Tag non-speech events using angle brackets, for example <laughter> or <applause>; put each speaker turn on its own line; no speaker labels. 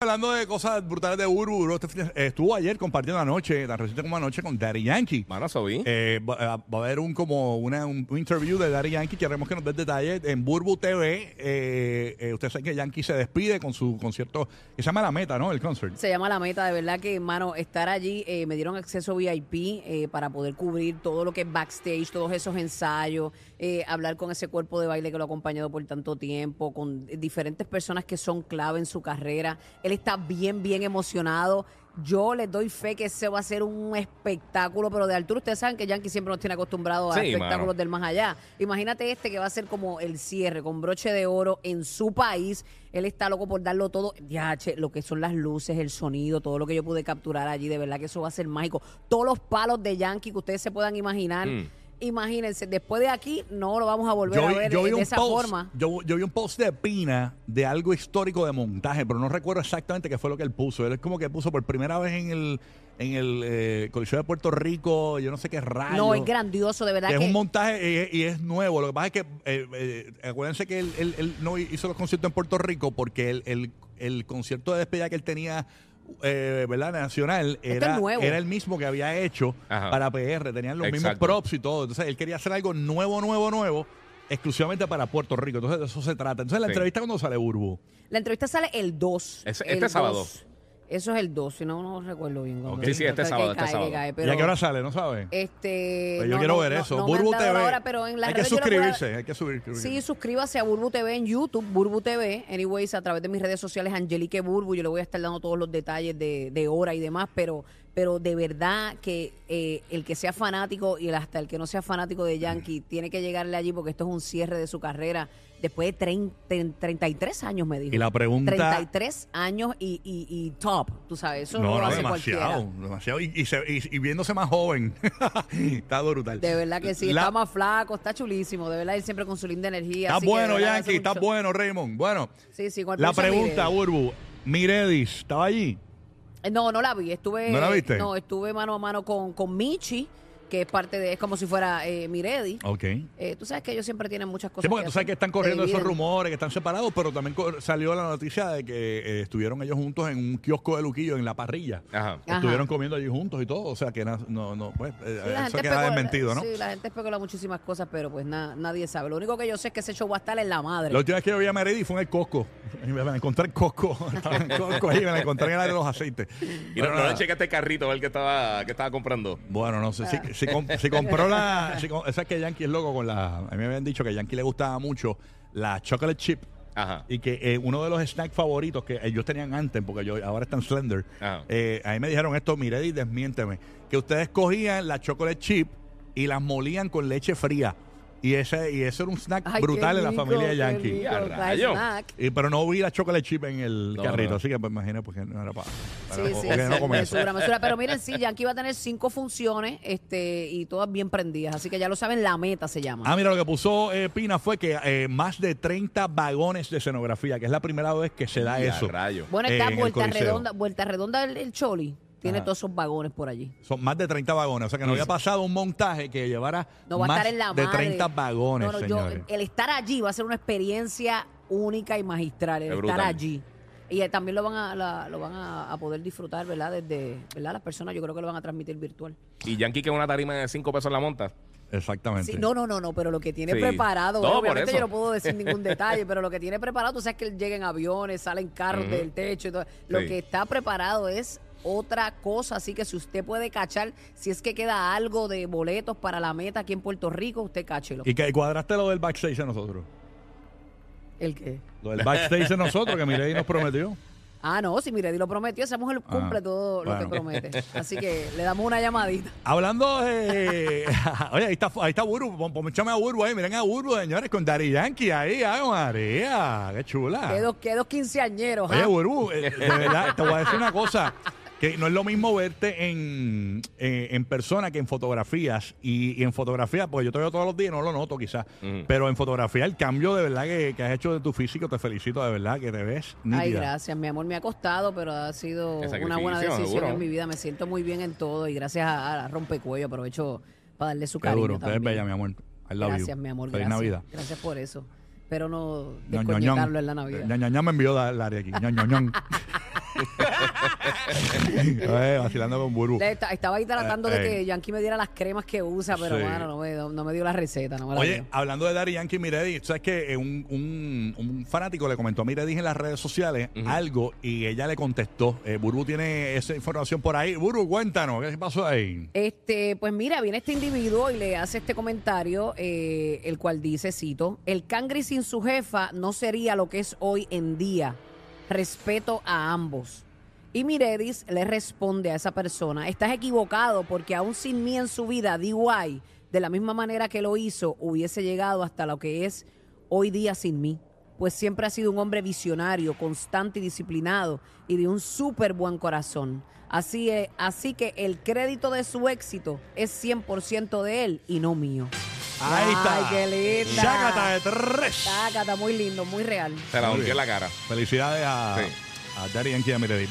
hablando de cosas brutales de Burbu, bro, este fin de- eh, estuvo ayer compartiendo anoche, tan reciente como anoche, con Daddy Yankee.
Mano, eso vi.
Eh, va, eh, va a haber un como una, un un interview de Daddy Yankee. Queremos que nos dé detalles en Burbu TV. Eh, eh, usted sabe que Yankee se despide con su concierto que se llama La Meta, ¿no? El concert.
Se llama La Meta, de verdad que, hermano, estar allí, eh, me dieron acceso VIP eh, para poder cubrir todo lo que es backstage, todos esos ensayos, eh, hablar con ese cuerpo de baile que lo ha acompañado por tanto tiempo, con diferentes personas que son clave en su carrera. Él está bien, bien emocionado. Yo les doy fe que ese va a ser un espectáculo, pero de altura ustedes saben que Yankee siempre nos tiene acostumbrados a
Sí,
espectáculos
mano.
del más allá. Imagínate este que va a ser como el cierre con broche de oro en su país. Él está loco por darlo todo. Diache, lo que son las luces, el sonido, todo lo que yo pude capturar allí, de verdad que eso va a ser mágico. Todos los palos de Yankee que ustedes se puedan imaginar.
Mm.
Imagínense, después de aquí no lo vamos a volver
Yo
a
vi,
ver
yo vi
de
un
esa
post,
forma.
Yo, yo vi un post de Pina de algo histórico de montaje, pero no recuerdo exactamente qué fue lo que él puso. Él es como que puso por primera vez en el, en el eh, Coliseo de Puerto Rico, yo no sé qué rayo.
No, es grandioso, de verdad
Es
que.
un montaje eh, y, y es nuevo. Lo que pasa es que eh, eh, acuérdense que él, él- él no hizo los conciertos en Puerto Rico porque el, el- el concierto de despedida que él tenía, eh, ¿verdad? Nacional,
Este es
era,
nuevo.
era el mismo que había hecho
Ajá.
para PR. Tenían los mismos
Exacto.
props y todo. Entonces él quería hacer algo nuevo, nuevo, nuevo, exclusivamente para Puerto Rico. Entonces de eso se trata. Entonces la
Sí.
entrevista cuando sale Burbu.
La entrevista sale el 2.
Es-
el
este sábado.
Eso es el 2, si no, no recuerdo bien. cuando
Ok.
es.
Sí, sí,
este
Que
sábado, este
cae, que
sábado.
cae,
¿Y
pero-
a qué hora sale? No sabe.
Este,
Pues yo
no,
quiero
no,
ver
no,
eso.
no me han
Burbu
dado
TV.
la hora, pero en la
hay que
red yo les voy a-
suscribirse. Hay que subir-
Sí, suscríbase a Burbu TV en YouTube, Burbu TV. Anyways, a través de mis redes sociales, Angelique Burbu. Yo le voy a estar dando todos los detalles de, de hora y demás, pero, pero de verdad que eh, el que sea fanático y el- hasta el que no sea fanático de
Mm.
Yankee tiene que llegarle allí porque esto es un cierre de su carrera después de 30, 33 años, me dijo.
Y la pregunta-
33 años y, y, y top, tú sabes. Eso no,
No,
lo
no,
hace
demasiado,
cualquiera.
demasiado. Y, y se- y- y viéndose más joven. <laughs> está brutal.
De verdad que sí,
La-
está más flaco, está chulísimo. De verdad, él siempre con su linda energía.
Está
así que de
bueno,
verdad, hace
Yankee, está
mucho-
bueno, Raymond. Bueno,
Sí, sí, con el
la
pulso a mi
pregunta,
dedo.
Burbu. Miredis, ¿estaba allí?
Eh, No, no la vi. Estuve,
¿No la viste?
No, estuve mano a mano con, con Michi, que es parte de. Es como si fuera eh, Miredi.
Ok.
Eh, tú sabes que ellos siempre tienen muchas cosas.
Sí, porque
que
tú sabes
hacer.
que están
Se
corriendo esos
dividen.
rumores, que están separados, pero también cor- salió la noticia de que eh, estuvieron ellos juntos en un kiosco de Luquillo, en la parrilla.
Ajá.
Ajá.
Estuvieron comiendo allí juntos y todo. O sea, que na- no, no, pues, eh,
Sí, la
eso
gente
queda
especula-
desmentido, ¿no?
Sí, la gente especula muchísimas cosas, pero pues na- nadie sabe. Lo único que yo sé es que ese show va a estar en la madre.
La última vez que yo vi a Meredith fue en el Costco. Me la encontré en Costco. <laughs> Estaba en Costco ahí, me la encontré en el área de los aceites.
Y no,
Pero
no
nada.
le chequeaste el carrito a ver qué estaba, qué estaba comprando.
Bueno, no sé.
Ah.
Si, si comp- si compró la. Si, com- esa es que Yankee es loco con la. A mí me habían dicho que a Yankee le gustaba mucho la chocolate chip.
Ajá.
Y que eh, uno de los snacks favoritos que ellos tenían antes, porque yo ahora están slender.
Ajá.
eh, a mí me dijeron esto, mire y desmiénteme. Que ustedes cogían la chocolate chip y las molían con leche fría. Y ese, y eso era un snack
Ay, qué
brutal en la
rico,
familia
qué
de Yankee.
rico,
¡A
trae
rayo!
snack.
Y, pero no vi la chocolate chip en el
No,
carrito,
no.
así que pues imagino porque no era para.
Sí,
para-
sí,
porque
sí,
no comía eso.
mesura, mesura. Pero miren, sí, Yankee va a tener cinco funciones este, y todas bien prendidas. Así que ya lo saben, la meta se llama.
Ah, mira, lo que puso eh, Pina fue que eh, más de 30 vagones de escenografía, que es la primera vez que se da
Y a
eso.
rayo.
Bueno, está
eh, en el
Vuelta
Coliseo.
Redonda, Vuelta Redonda el, el Choli. Tiene
Ajá.
todos esos vagones por allí.
Son más de 30 vagones, o sea que no había pasado un montaje que llevara
No va
más
a estar en la
de
madre.
30 vagones,
No, no, yo- eh,
señores.
el estar allí va a ser una experiencia única y magistral, el
Es
estar
brutal.
allí. Y eh, también lo van a la- lo van a, a poder disfrutar, ¿verdad? Desde, ¿verdad? Las personas yo creo que lo van a transmitir virtual.
Y Yankee que una tarima de 5 pesos la monta.
Exactamente.
eh, Sí, no, no, no, no, pero lo que tiene
Sí.
preparado,
No, por
obviamente
eso.
yo no
<laughs>
puedo decir ningún detalle, pero lo que tiene preparado, tú sabes que él llega en aviones, sale en carros
Ujú.
del techo y todo. Lo
Sí.
que está preparado es otra cosa, así que si usted puede cachar, si es que queda algo de boletos para la meta aquí en Puerto Rico, usted cáchelo.
Y que cuadraste lo del backstage a nosotros.
¿El qué?
Lo del backstage a nosotros que Mireille nos prometió.
Ah, no, si Miredi lo prometió, esa mujer cumple
Ah,
todo lo que
bueno.
<laughs>
promete. Así que le damos una llamadita.
Hablando de. <laughs> Oye, ahí está, ahí está Burbu. Pon- pon- échame a Burbu ahí. Miren a Burbu, señores, con Dari Yankee ahí. ¡Ay, María! ¡Qué
Ah.
chula!
Qué dos, qué dos quinceañeros,
Oye,
¿ah?
Burbu, eh, de verdad, te voy a decir una cosa. Que no es lo mismo verte en, en- en persona que en fotografías. Y, y en fotografía, pues yo te veo todos los días y no lo noto quizás.
Ujú.
Pero en fotografía, el cambio de verdad que, que has hecho de tu físico, te felicito de verdad, que te ves nítida.
Ay, gracias, mi amor, me ha costado, pero ha sido
Qué
una buena
sacrificio,
decisión
seguro.
en mi vida. Me siento muy bien en todo y gracias a, a Rompecuello aprovecho para darle su
Qué
cariño
duro, te ves
también.
bella, mi amor. I love you.
gracias, mi amor,
Feliz
gracias.
Navidad.
Gracias por eso. Pero no
Ñon, Ñon, Ñon. Eh,
desconectarlo en la Navidad. <laughs>
Ñon, Ñon, Ñon me envió la- el área aquí. Ñon, Ñon, Ñon. Eh, vacilando con Buru.
Le esta- estaba ahí tratando
Eh,
de
eh.
que Yankee me diera las cremas que usa, pero
Sí.
mano, no me, no, me dio la receta, no me la
Oye,
dio.
hablando de Daddy Yankee y Miredi, ¿sabes que un, un- un fanático le comentó a Miredi en las redes sociales algo y ella le contestó. Eh, Buru tiene esa información por ahí. Buru, cuéntanos, ¿qué pasó ahí?
Este, pues mira, viene este individuo y le hace este comentario, eh, el cual dice, cito, el cangri sin su jefa no sería lo que es hoy en día. Respeto a ambos. Y Miredis le responde a esa persona, estás equivocado porque aún sin mí en su vida, DY, de la misma manera que lo hizo, hubiese llegado hasta lo que es hoy día sin mí. Pues siempre ha sido un hombre visionario, constante y disciplinado y de un súper buen corazón. Así, es, así que el crédito de su éxito es 100% de él y no mío.
Ahí está.
Ay, qué linda.
Chácata de tres.
Está, está muy lindo, muy real.
Se la
Muy
hundió
bien.
en la cara.
Felicidades a,
Sí.
a Daddy Yankee y a Miredi.